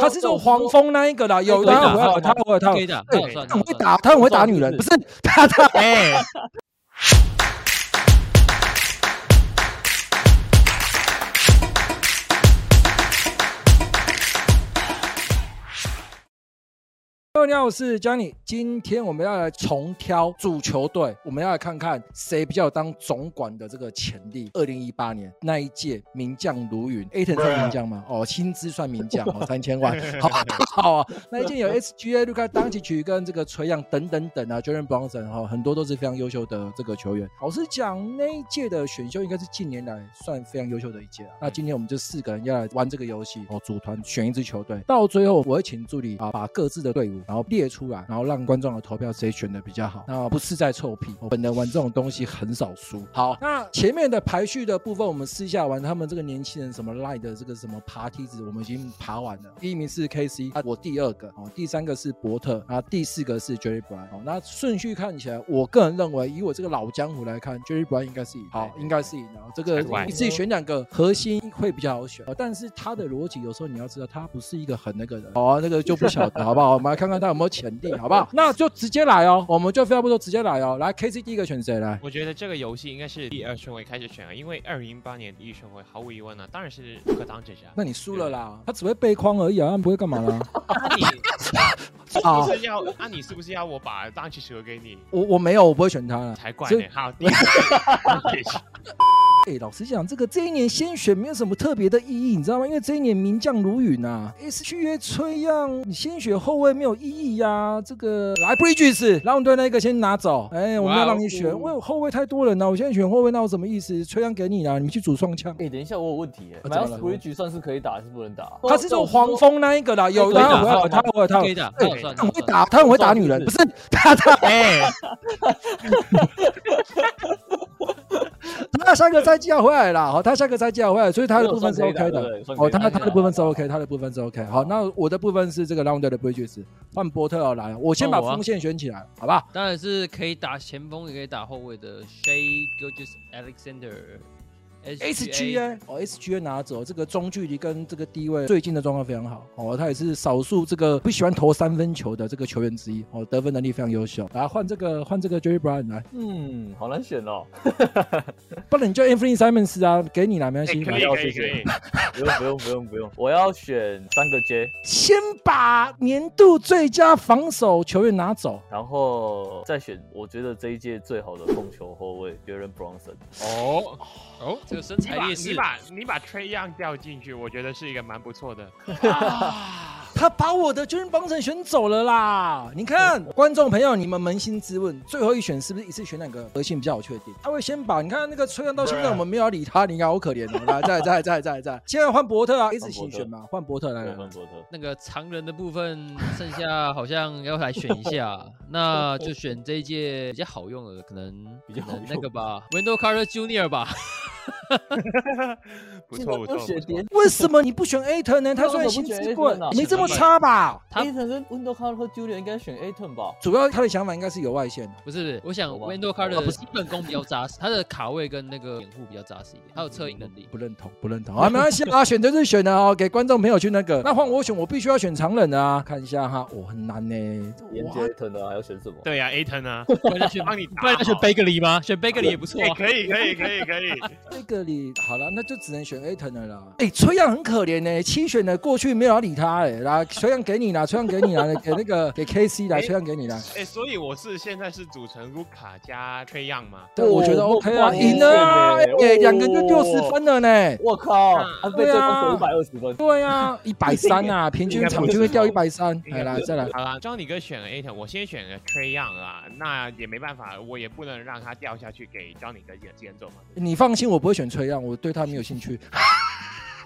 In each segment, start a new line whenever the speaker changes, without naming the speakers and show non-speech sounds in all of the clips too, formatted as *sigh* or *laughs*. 他是说黄蜂那一个啦，有他很会打，他很会打，
可以打，
对
那也，算
他很会打，他很会打女人，不是他他
哎，
*laughs* 各位你好，我是 Johnny。今天我们要来重挑主球队，我们要来看看谁比较有当总管的这个潜力。二零一八年那一届名将如云，Aton 算名将吗？哦，薪资算名将哦，三千万，好吧，好啊。 *laughs* 那一届有 SGA、卢卡·当奇曲跟这个垂杨等等等啊，Jordan Bronson 哈、哦，很多都是非常优秀的这个球员。老实讲，那一届的选秀应该是近年来算非常优秀的一届了。啊那今天我们这四个人要来玩这个游戏哦，组团选一支球队，到最后我会请助理啊把各自的队伍然后列出来，然后让观众来投票谁选的比较好。那不是在臭屁，我本人玩这种东西很少输。好，那前面的排序的部分我们私下玩，他们这个年轻人什么 line 的这个什么爬梯子，我们已经爬完了。第一名是 KC，啊，我第二个哦，第三个是伯特，啊，第四个是 Jerry Bryant。哦，那顺序看起来，我个人认为，以我这个老江湖来看，Jerry Bryant 应该是赢，好，应该是赢的。哦这个
难怪
你自己选两个核心会比较好选，哦但是他的逻辑有时候你要知道，他不是一个很那个人。哦，那个就不晓得，好不好？我们来看看他有没有潜力，好不好？那就直接来哦，我们就废话不多，直接来哦。来，KC 第一个选谁来？
我觉得这个游戏应该是第二顺位开始选了，啊因为二零一八年第一顺位毫无疑问呢、当然是可当之家。啊
那你输了啦，他只会背框而已啊，他不会干嘛
*laughs*
啦。
那你是
啊
不是要？那你是不是要我把当期蛇给你？
我我没有，我不会选他了。
才怪
所
呢
以！
好，第一个
哎，老实讲，这个这一年先选没有什么特别的意义，你知道吗？因为这一年名将如云啊，S 区约崔样，你先选后卫没有意义呀、这个来 Bridges，然后队那个先拿走。哎，我没有让你选，
哇哦
我有后卫太多人啊了，我现在选后卫，那有什么意思？崔样给你啦，你们去组双枪。
哎、等一下，我有问题哎、
啊怎么
买
了
m i l e Bridge 算是可以打还是不能打？
他是说黄蜂那一个啦，有
可以
他
打
很会打，
他
他很会打，
可以打，那
对
也算，
他 *laughs* 很会
那也算
打，他很会打女人，不是他他
哎，
他下个赛季要回来啦，好，他下个赛季要回来，所以他的部分是 OK
对不
的。
对算可
哦，
以打
他他的部分是
算
OK，他的部分是 OK。好，那我的部分是这个 round 的 bridges，换波特要来了，我先把
换我啊
锋线选起来，好吧？
当然是可以打前锋，也可以打后卫的 Shay Gilgis Alexander。
S G A 哦，S G A 拿走这个中距离跟这个低位最近的状况非常好哦，他也是少数这个不喜欢投三分球的这个球员之一哦，得分能力非常优秀。来换这个换这个 Jerry Bryant 来，
嗯，好难选哦。
不然你就 Anthony Simons 啊，给你啦，没关系。
哎可以
来
可以可以可以，
不用不用不用不用，我要选三个 J，
先把年度最佳防守球员拿走。
然后再选我觉得这一届最好的控球后卫 Jalen Bronson。
哦哦。
这个身材
你把
劣
你
势，
把你把 Trey Young 调进去，我觉得是一个蛮不错的。
啊他把我的军人帮臣选走了啦！你看，
嗯
观众朋友，你们扪心自问，最后一选是不是一次选两个核心比较好确定？他会先把你看那个崔杨到现在我们没有要理他，你看好可怜哦。
*laughs*
来，再来再来再来再来再来，现在换伯特啊，一直
换伯
行
特
选嘛，换伯特来
对，
来。来
范伯特。
那个常人的部 *laughs* 分剩下好像要来选一 *laughs* 下，那就选这一届比较好用的，可能
比较好
可能那
用
个吧，Wendell Carter Jr. 吧，
不错不错，不错
为什么你不选 A t o n 呢？他
那
虽然
我怎
薪
么不选
资
Ayton 啊
贵
呢，
没这么差吧？
他
A 腾跟 Window Card 和 Julian 应该选 A 腾吧？
主要他的想法应该是有外线的。啊
不是不是，我想
好吧
Wendell
啊不
Carter
是
基本功比较扎实，他的卡位跟那个掩护比较扎实一点，还有策应能力。
不认同，不认同啊，没关系
*laughs*
啊，选就是选了哦，给观众朋友去那个。那换我选，我必须要选常人的啊，看一下哈，我、很难呢、
连接
哇
A 腾的还要选什么？
对呀，Aton 啊，
*laughs* 不然就选
帮你打
*laughs* 不然就选
好
Bagley 吗？选 Bagley 也不错
哎
啊。
可以可以可以可以，
这个里好了，那就只能选 A t o n 了啦。哎、崔样很可怜呢、七选的过去没有要理他哎、来，崔样给你啦，崔样给 *laughs* 你啦，给那个给 KC 来，
哎
崔样给你啦。
哎，所以我是现在是组成卢卡加 Trey Young 吗？
对，我觉得
哦
OK 啊，
哇
赢了啊，
谢谢
哎、两个就
哦
六十分了呢、
我靠，他被对
对啊
方投一百二十分。
对啊，一百三 *laughs* 啊，平均场均会掉一百三。
应
来
该
来，
不
再来，
好啦，张你哥选了 Aton，我先选了 Trey Young 啊，那也没办法，我也不能让他掉下去给张你哥捡捡走嘛。
你放心，我不会选崔样，我对他没有兴趣。 *laughs*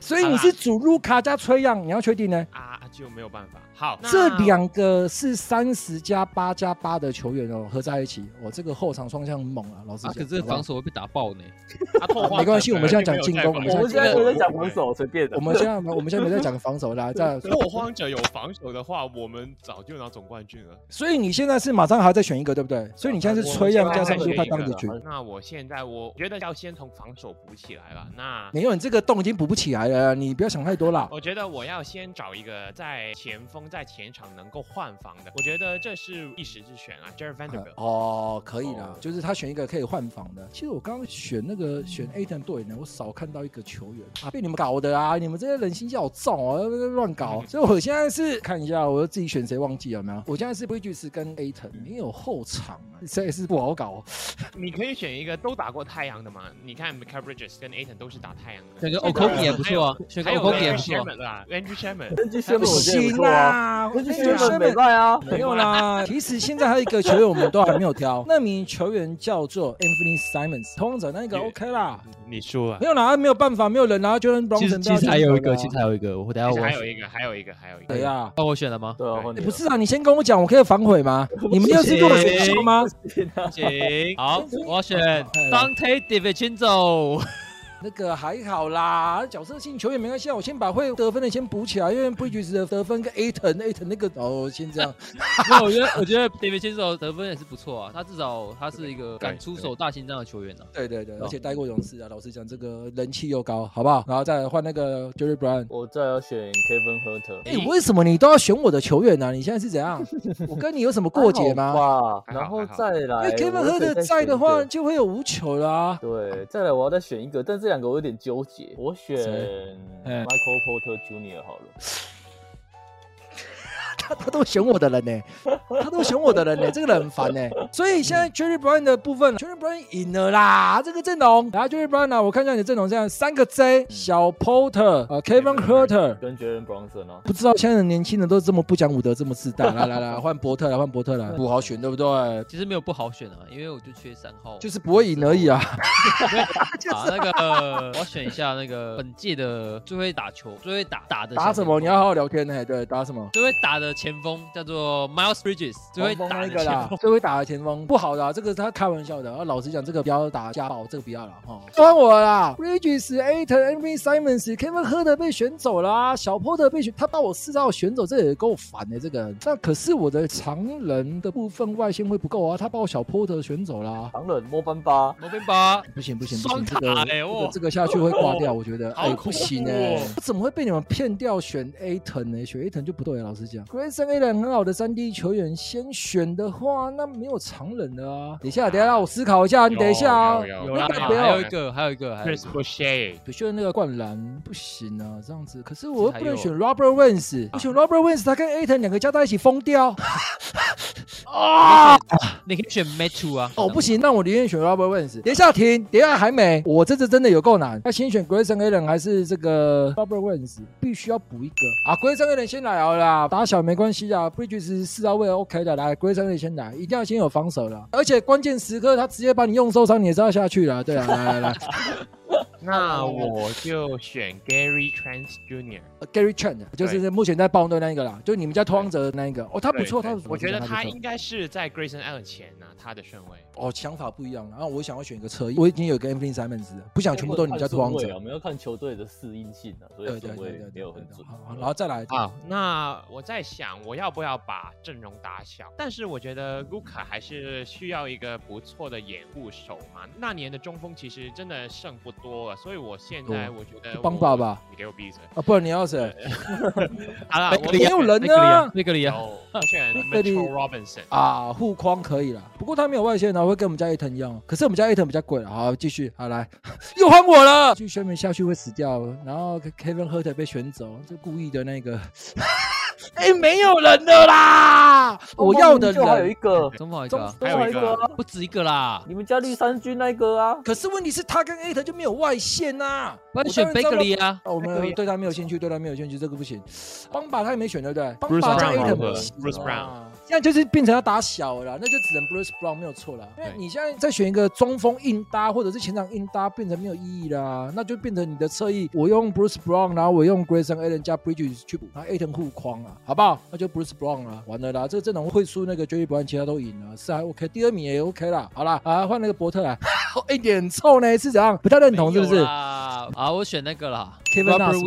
所以你
好啦
是主路卡加崔样，你要确定呢？
啊，就没有办法。好，那
这两个是三十加八加八的球员哦，合在一起，我、这个后场双向很猛啊，老师
啊，
讲。
可是
好不好
防守会被打爆呢。
*laughs* 啊拓荒者
没关系
本来
我们现在
就没
讲
有
进攻
防
我
我
们
们
现
现
在
在都在讲防。守，随便的
啊我。们现在我们现在没在讲防守啦，在，
*laughs* 拓荒者有防守的话，我们早就拿总冠军了。
所以你现在是马上还要再选一个，对不对？所以你现在是崔样加上
我
卢
们
卡
现在
当子局
还，啊是
那我现在我觉得要先从防守补起来了。那
没有，你这个洞已经补不起来了，你不要想太多啦。
我觉得我要先找一个在前锋在前场能够换防的，我觉得这是一时之选啊。Jared Vanderbilt，、
哦，可以啦
哦，
就是他选一个可以换防的。其实我刚刚选那个选 A 团队呢，我少看到一个球员啊，被你们搞的啊！你们这些人心机好重哦，要不然乱搞。
嗯
所以我现在是看一下我自己选谁忘记了没有？我现在是 Bridges 跟 A 团，没有后场啊，实在是不好搞哦。
你可以选一个都打过太阳的嘛？你看 m i c a e l Bridges 跟 Aton 都是打太阳的，
选个
这
Okogie 也不错啊
还有
选个
还有
Okogie 也
Landry
不错啊
Shamet 啦，Andrew Shaman。
根据宣布我觉得也不
行
错啊，
啦，
根据
哎
宣
呀
布美败啊，
没有啦， *laughs* 其实现在还有一个球员我们都还没有挑，那名球员叫做 Anthony Simons，通往者那个 OK 啦，
*laughs* 你输了
没。有啦，没有办法，没有人啊啦，就跟 b r o
其
n
实
s
其实还有
哦
一个，其实还有一个，我等一
其
下
实还
我啊
有一个，还有一个，还有一
谁
个。
呀？
帮我选了吗？
对啊，换你
啊哎
了
不是啊，你先跟我讲，我可以反悔 *laughs* 吗？你们又是落选秀吗？
行，好，我选
哎 *laughs*
Dante Divincenzo。
那个还好啦，角色性球员没关系啊，我先把会得分的先补起来，因为 Bridges 的得分跟 Aton Aton 那个哦，先这样。
那我觉得，我觉得 Divincenzo 得分也是不错啊，他至少他是一个敢出手大心脏的球员呢。
*laughs*
啊
对对对，而且待过勇士啊，老实讲，这个人气又高，好不好？然后再来换那个 Jerry Brown。
我再要选 Kevin Hunter。
哎、为什么你都要选我的球员呢、啊？你现在是怎样？我跟你有什么过节
还
*laughs* 吗？
好吧，
还好
然后
还好
再
因
来，
为 Kevin
我又可以再
Herter 在
选
哎的
一
话，
个
就会有无球啦、
对，再来我要再选一个，但这两个我有点纠结，我选
谁嗯
Michael Porter Jr. 好了。
他他都选我的人呢、他都选我的人呢、这个人很烦呢、所以现在 Jerry Brown 的部分，Jerry Brown 赢了啦，这个阵容。然后 Jerry Brown 呢、啊我看一下你的阵容，这样三个 J，小 Porter，呃，Kevin Herter。
跟 Jalen Bronson 啊，
不知道现在的年轻人都这么不讲武德，这么自大。 *laughs* 来来来，换伯特来，换伯特来，不好选，对不对？
其实没有不好选啊，因为我就缺三号，
就是不会赢而已啊。
啊，那个呃 *laughs* 我要选一下那个本届的最会打球、最会打打的
打什么？你要好好聊天呢、对，打什么？
最会打的前锋叫做 Miles Bridges，最会
黄
打
蜂哦
的
那个
前
啦
锋，。
最会打的前锋不好的、啊，这个他开玩笑的。啊，老实讲，这个不要打家暴，这个不要了哈。换我啦，Bridges、Aton、Anthony Simons、Kevin h e r t e r 被选走啦，小 Porter 被选，他把我四号选走，这也够烦的、这个人。那可是我的常人的部分外线会不够啊，他把我小 Porter 选走啦。
唐冷莫班巴，
罗宾巴，
不行不行不
双
行，这个、
塔
这
欸
个
哇
这个下去会挂掉，我觉得。
哦好
哎、
恐怖
不行哎、
哦
我怎么会被你们骗掉选 A 腾呢、选 A 腾就不对了，老实讲。Grayson A 人很好的三 D 球员，先选的话，那没有常人的啊。等一下，等一下，我思考一下，你等一下啊。
有
有
有
啦，
那个不要
还有一个，还有一个，还有一
Chris
个哎
Boucher，
不选那个灌篮不行啊，这样子。可是我又不能
其
选 Robert Wins，我选 Robert Wins，他跟 A 腾两个加在一起疯掉。啊！
你可以选 Metu 啊。
哦，不行，那我宁愿选 Robert Wins。等一下停，等一下还没，我这次真的有够难。那先选 Grayson Allen 还是这个 Robert Wins？必须要补一个啊！Grayson Allen 先来好了啦，打小没关系啊，Bridges 四号位 OK 的，来 Grayson Allen 先来，一定要先有防守啦。而且关键时刻他直接把你用受伤，你也是要下去啦。
*laughs*
对啊，来来来
那我就选 Gary Trent Jr。
呃，Gary Chen 就是目前在暴动那一个啦，就你们家拓荒者的那一个。哦，他不错，
对
他
对我觉得
不错不
他
错
应该是在 Grayson Allen 前呢，他的顺位。
哦想法不一样啦。然后我想要选一个侧翼，我已经有一个 Anthony Simons，了不想全部都你们家拓荒
看
者
顺位啊，。我们要看球队的适应性啊，所
对
以
对
顺
对
位
对
没
对
有
对
很，准。
好，好然后再来
啊，那我在想，我要不要把阵容打小？但是我觉得卢卡还是需要一个不错的掩护手嘛。那年的中锋其实真的剩不多了，所以我现在
哦
我觉得
就帮
我
爸爸，
你给我闭嘴！
啊，不然你要谁？
好了，我
没有人
那个里啊
呢，
那个 *laughs* 里啊，
有我选
那里
Mitchell Robinson。
啊，护框可以啦，不过他没有外线呢，啊会跟我们家 A 腾一样。哦可是我们家 A 腾比较贵了，好，继续，好来， *laughs* 又换我了，继续宣明下去会死掉，哦然后 Kevin Herter 被选走，这故意的那个， *laughs* 哎、没有人了啦，
哦
我要的
就还有一
人。
个，
中锋还有一个啊，
还有一个
啊，
不止一个啦。
你们家绿衫军那个啊，
可是问题是，他跟 A 腾就没有外线呐、啊。
我要选
我当然知道
Bagley 啊，
啊，我们对他没有兴趣，对他没有兴趣，这个不行。邦巴他也没选，对不对？邦
Bruce
巴加
Brown
，Aton
如何
不行
Bruce
啊现在就是变成要打小了啦，那就只能 Bruce Brown 没有错了。因为你现在再选一个中锋硬搭，或者是前场硬搭，变成没有意义啦，那就变成你的侧翼，我用 Bruce Brown，然后我用 Grayson Allen 加 Bridges 去补，然后 Aton 护框啊，好不好？那就 Bruce Brown 啦，完了啦，这个阵容会输那个 j e r r y Brown，其他都赢了，是还 OK，第二名啊 *laughs* 哎也 OK 啦。好啦，啊，换那个伯特啦，一点臭呢，是怎样？不太认同是不
没有
是？
啦话啊，我选那个啦
Kevin
，Robert
Nas 吗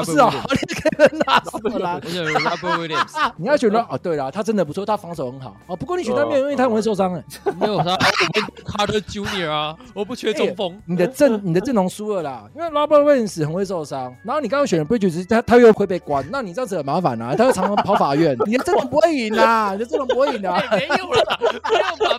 Williams，Robert
不是哦
Williams，，
你可能拿什么啦
我？选 Robert Williams，
你要选到哦，对啦，他真的不错，他防守很好哦。不过你选他没有用，因为他很会受伤哎。
没有
*laughs*
他，我们 Carter Junior 啊，我不缺中锋。
你的阵你的阵容输了啦，因为 Robert Williams 很会受伤，然后你刚刚选的 Bridges，他他又会被关，那你这样子很麻烦啊，他会常常跑法 *laughs* 院，你的阵容不会赢啊 *laughs* 啦，你的阵容不会赢啦，
哎没有了，不要把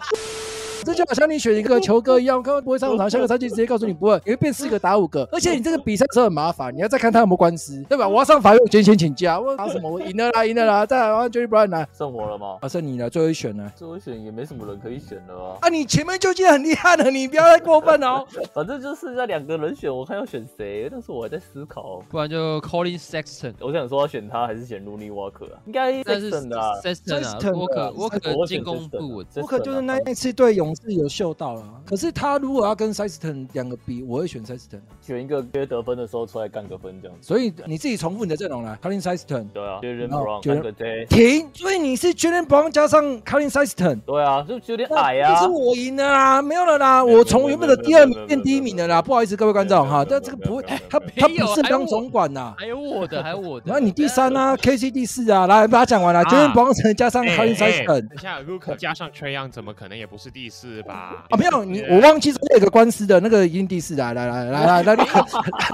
这就好像你选一个球哥一样，刚刚不会上场，下个赛季直接告诉你不会，你会变四个打五个，而且你这个比赛的时候很麻烦，你要再看他有没有官司，对吧？我要上法院，我先先请假，我打什么？我赢了啦，赢了啦，再来我要 Jerry Brown 来，
剩我了吗？
啊，剩你了，最后一选了。
最后选也没什么人可以选了啊，
啊，你前面就已经很厉害了，你不要再过分哦。
反正就是那两个人选，我看要选谁，但是我还在思考。
不然就 Colin Sexton，
我想说要选他还是选 Looney Walker 啊？应该
但是
真的啊，
Sexton 啊
Sexton 啊
，Walker
我
Walker
会选
进攻
Sexton 啊
不稳，
我可
Sexton
就
啊
是那
好
一次对勇士有秀到了，可是他如果要跟 Sexton 两个比，我会选 Sexton。
选一个约得分的时候出来干个分这样子。
所以你自己重复你的阵容来，Colin Sexton
对啊，Jalen
No，
Brown
哦 Jalen-
干个 J，
停，所以你是 Jalen Brown 加上 Colin Sexton。
对啊，就有点
那
矮啊
这是。我赢的啦，没有了啦，我从原本的第二名变第一名的啦，不好意思各位观众哈，但这个不会，他他不是当总管呐。
还有我
*laughs*
的，还有我的。
然后你第三啊，KC 第四啊，来把它讲完了，Jalen Brown 加上
哎
Colin
哎
Sexton
等一下 l u k 加上 Trey Young 怎么可能也不是第四吧？
啊，没有你，我忘记中间有个官司的那个已经第四来来来来来来，你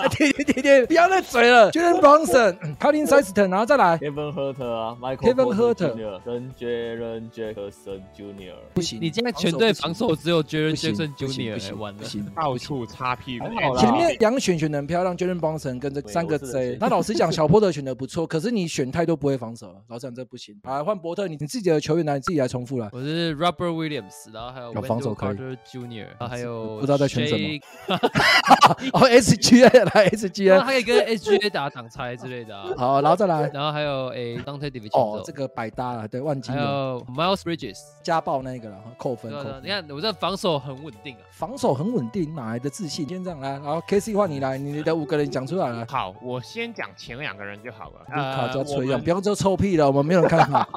停停停停，不要再嘴了。Jalen Brunson、Colin 嗯 Sexton，然后再来，
Kevin Herter 啊，Michael
Kevin
Porter
Herter
Jr. 跟 Jalen Jackson Jr.
不行，
你现在全队防守只有 Jaren
不行
Jackson
不行
Jr.
不
哎
行
完了
不。行。
到处擦屁股，哎
还好啦
*laughs* 前面两选选的很漂亮，Jalen Brunson 跟这
对
三个
我是的
J。那老实讲，小波特选的不错，可是你选太多不会防守了。老实讲，这不行。来换伯特，你你自己的球员来，你自己来重复了。
*laughs* 我是 Robert Williams，然后还有
有防守
Wendell
可以
Carter Jr.，然后还有
不知道在选什么 *laughs*
Shai- *laughs*
哦，SGA 来
然后
SGA，
还可以跟 SGA 打挡拆之类的啊。
*laughs* 好，然后再来。
然后啊还有诶 Dante d i v i c
哦
e，
这个百搭了，对，万金
还
油
有 Miles Bridges，
家暴那个了，扣分
对
扣
啊对啊
分。
你看我这防守很稳定啊。
防守很稳定，哪来的自信？先这样来，然后 K C 换你来，你的五个人讲出来了。
好，我先讲前两个人就好了。
卢卡加
呃，我
崔杨，
们
不要再臭屁了，我们没有人看
*laughs*
好。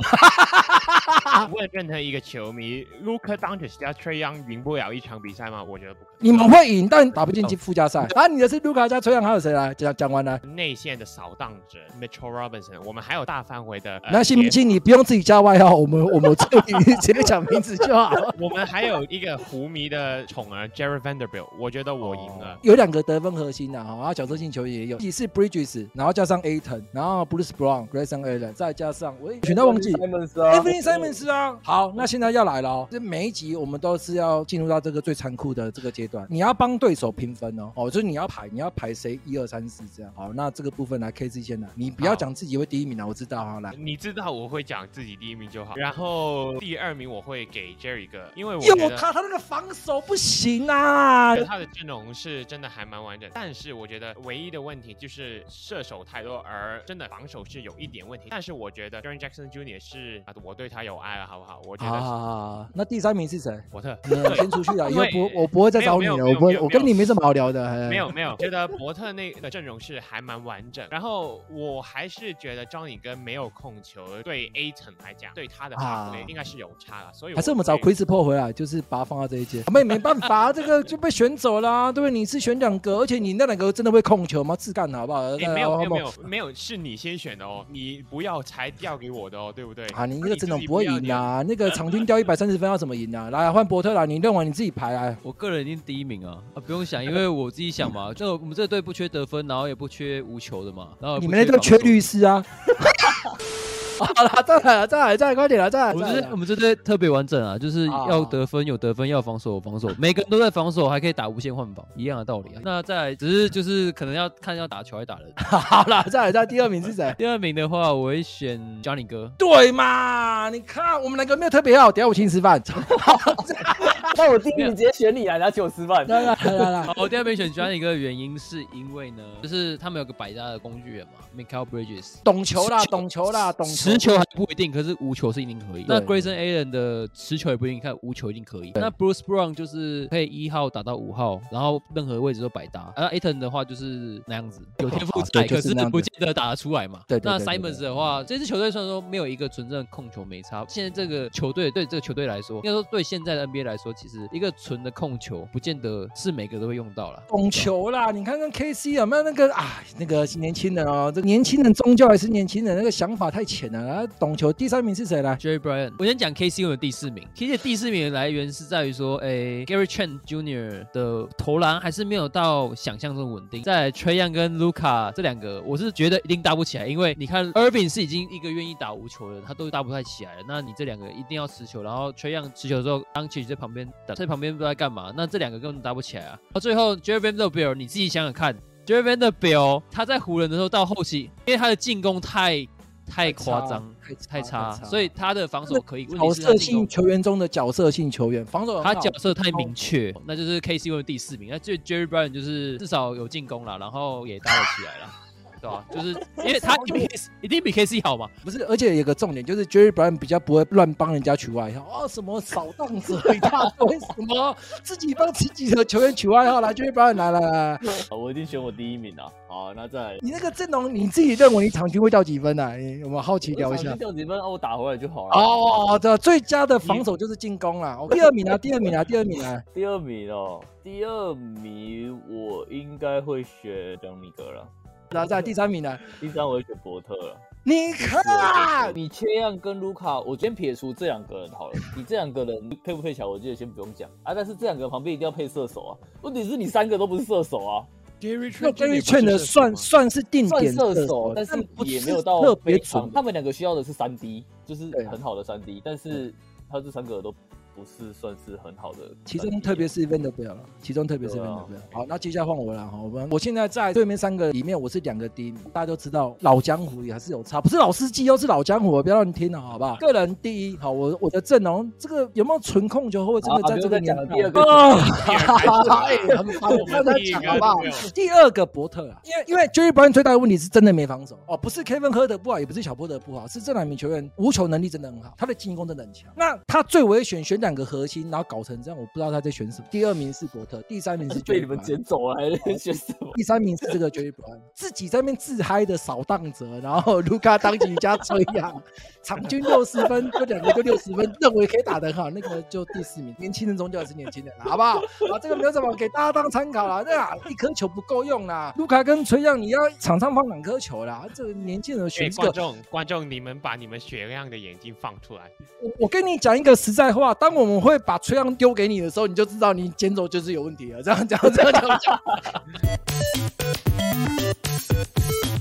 啊
问任何一个球迷，Luka Doncic 加 Trey Young 赢不了一场比赛吗？我觉得不可能。
你们会赢，但打不进去附加赛。啊，你的是卢卡加崔杨，还有谁啊来？讲讲完了。
内线的扫荡者 Mitchell Robinson，我们还有大范围的，呃
那新明，星你不用自己加外号，我
*laughs*
们我们这里直接讲名字就好了。
也我们还有一个湖迷的宠儿 Jerry Vanderbilt，我觉得 *laughs* 我赢了。
有两个得分核心啊的哈，然后角色进球也有，也是 Bridges，然后加上 Aton，然后 Bruce Brown、Grayson Allen，再加上我选到忘记
Simons 啊
哎
e v e n Simons 啊。好，那现在要来了哦，这每一集我们都是要进入到这个最残酷的这个阶段，你要帮对手评分哦，哦，就是你要排，你要排谁一二三四这样。好，那这个部分来 K C 先来，你不要
好
讲自己会第一名啊，我知道哈，来。
你知道我会讲自己第一名就好，然后第二名我会给 Jerry 哥，因为我
因
觉
为我
得
靠，他那个防守不行
*laughs*
啊！
他的阵容是真的还蛮完整，但是我觉得唯一的问题就是射手太多，而真的防守是有一点问题。但是我觉得 Jaren Jackson Jr. 是啊，我对他有爱了，好不好？我觉得
啊，嗯那第三名是
*laughs*
谁？
伯特。
你先出去了，以后
对
不，我不会再找你
没有
了，
没有
我不
没
会，
有
我跟你没什么好聊的。哎
没有，没有，觉得伯特那个阵容是还蛮完整，然后我还是觉得张宇哥没有控球，对 A 层来讲，对他的发挥
啊
应该是有差了，所以
还是我们找
会
Chris Paul 回来，就是把他放到这一届。我们也没办法，这个就被选走啦、对不对？你是选两个，而且你那两个真的会控球吗？自干好不好？
诶没有
来
没有没有没有，是你先选的哦，你不要才调给我的哦，对不对？
啊，你那个
自
真
己
的不会
要
赢
你
啊！那个场均掉一百三十分要怎么赢啊？来换伯特啦，你认完你自己排来。
我个人一定第一名啊啊，不用想，因为我自己想嘛，就我们这队不缺得分，然后也不缺无球的嘛，然后也
你
不
们那
缺
队缺
防守
律师啊！好了，再来了，再来，再来，快点了，再来，
我
再
们
来
这我们这队特别完整啊，就是
啊
要得分有得分，要防守有防守，每个人都在防守，还可以打无限换防，一样的道理啊。那再来，只是就是可能要看要打球还打人。
好了，再来，再来，第二名是谁？
第二名的话，我会选 Johnny 哥。
对嘛？你看我们两个没有特别好，等一下我请你吃饭。
那我第一名直接选你啊，拿酒吃饭。
来来来来，
好，我第二名选 Johnny 哥的原因是因为呢，就是他们有个百搭的工具人嘛，Michael Bridges。
懂球啦，懂球啦，懂
持球还不一定，可是无球是一定可以。那
对
Grayson Allen 的持球也不一定，看无球一定可以。那 Bruce Brown 就是可以一号打到五号，然后任何位置都百搭。啊那 Aton 的话就是那样子，有天
*laughs*
赋
啊对
在，
就
可
是
是
那样子
不见得打得出来嘛。
对对对
那
对
Simons 的话，这支球队虽然说没有一个纯正的控球没差，现在这个球队对这个球队来说，应该说对现在的 NBA 来说，其实一个纯的控球，不见得是每个都会用到啦。
懂球
啊
啦！你看跟 KC 有没有那个啊？那个年轻人哦，这个年轻人终究还是年轻人，那个想法太浅了。啊，懂球第三名是谁来？
Jerry Bryant，我先讲 KC 我的第四名。KC 的第四名的来源是在于说，诶 g a r y Trent Jr. 的投篮还是没有到想象中稳定。在 Trey Young 跟 Luca 这两个，我是觉得一定搭不起来，因为你看 Irving 是已经一个愿意打无球的人，他都搭不太起来了。那你这两个一定要持球，然后 Trey Young 持球之后 d u n c i 在旁边打，在旁边不知道在干嘛，那这两个根本搭不起来啊。到最后 Jerry Vanderbilt，你自己想想看，Jerry Vanderbilt 他在湖人的时候到后期，因为他的进攻太太夸张。，啊太差，所以他的防守可以。
角
问题是他
色
进
性
攻
球员中的角色性球员，防守很
他
好啊哦
角色太明确，那就是 KC 的第四名。那就 Jerry Brown 就是至少有进攻了，然后也搭得起来了，对吧、
*laughs*
就是因为他一定比 KC 一定比 KC 好嘛。
不是，而且有个重点就是 Jerry Brown 比较不会乱帮人家取外号哦，什么扫荡者一大堆，什么自己帮自己的球员取外号来，Jerry Brown 来来来，来
啊我一定选我第一名啊！好，那再来
你那个阵容你自己认为你场均会掉几分呢、啊？你我们好奇聊一下
我。掉几分啊？我打回来就好了。
哦，对，最佳的防守就是进攻啦。哦，第二名啊，第二名啊，第二名啊。
第二名哦，第二名我应该会选张尼格了，
然后在第三名呢？
第三我会选伯特了。
你看，
你切样跟卢卡，我先撇除这两个人
*laughs*
好了。你这两个人配不配球，我觉得先不用讲啊。但是这两个人旁边一定要配射手啊。问题是你三个都不是射手啊，
Jerry
那
Trent
Gary Trent 的算算是定
算
点
射
手
手，，但是
不
也
是
没有到
特别
非常
准。
他们两个需要的是三 D，就是
对啊
很好的三 D，但是他这三个都不是算是很好的 3D 啊。
其中特别是 Vanderbilt 了，其中特别是
对啊
Vanderbilt。好，那接下来换我了哦哈。我们我现在在对面三个里面，我是两个第一名。大家都知道老江湖也还是有差，不是老司机哦，是老江湖，不要让你听了哦好不
啊
好？个人第一，好，我我的阵容这个有没有纯控球后卫？真的
啊
在
不
这
用
个
再讲
年
了
代
第二个
啊，
*laughs* 第二还是
很好， *laughs* 我刚才讲好不好
第一个？
哦第二个伯特啊，因为因为 Jerry Brown 最大的问题是真的没防守哦，不是 Kevin 科德不好，也不是小波德不好，是这两名球员无球能力真的很好，他的进攻真的很强。那他最危险选两个核心，然后搞成这样，我不知道他在选什么。第二名是伯特，第三名 *laughs* 是
被
Jerry
你们
Brown。
捡走了，还是选什么？
第三名是这个 Jerry Brown，自己在那边自嗨的扫荡者，然后卢卡当局加崔杨，啊场均六十分，就两个就六十分，认为可以打得很好，那个就第四名。年轻人终究还是年轻人啦，好不好？啊，这个没有什么给大家当参考啦。那啊一颗球不够用啦，卢卡跟崔杨你要场上放两颗球啦，这个年轻人
哎
选这
观
个。
众观众，你们把你们雪亮的眼睛放出来。
我我跟你讲一个实在话，当我们会把崔杨丢给你的时候，你就知道你捡走就是有问题了。这样这样这样这样。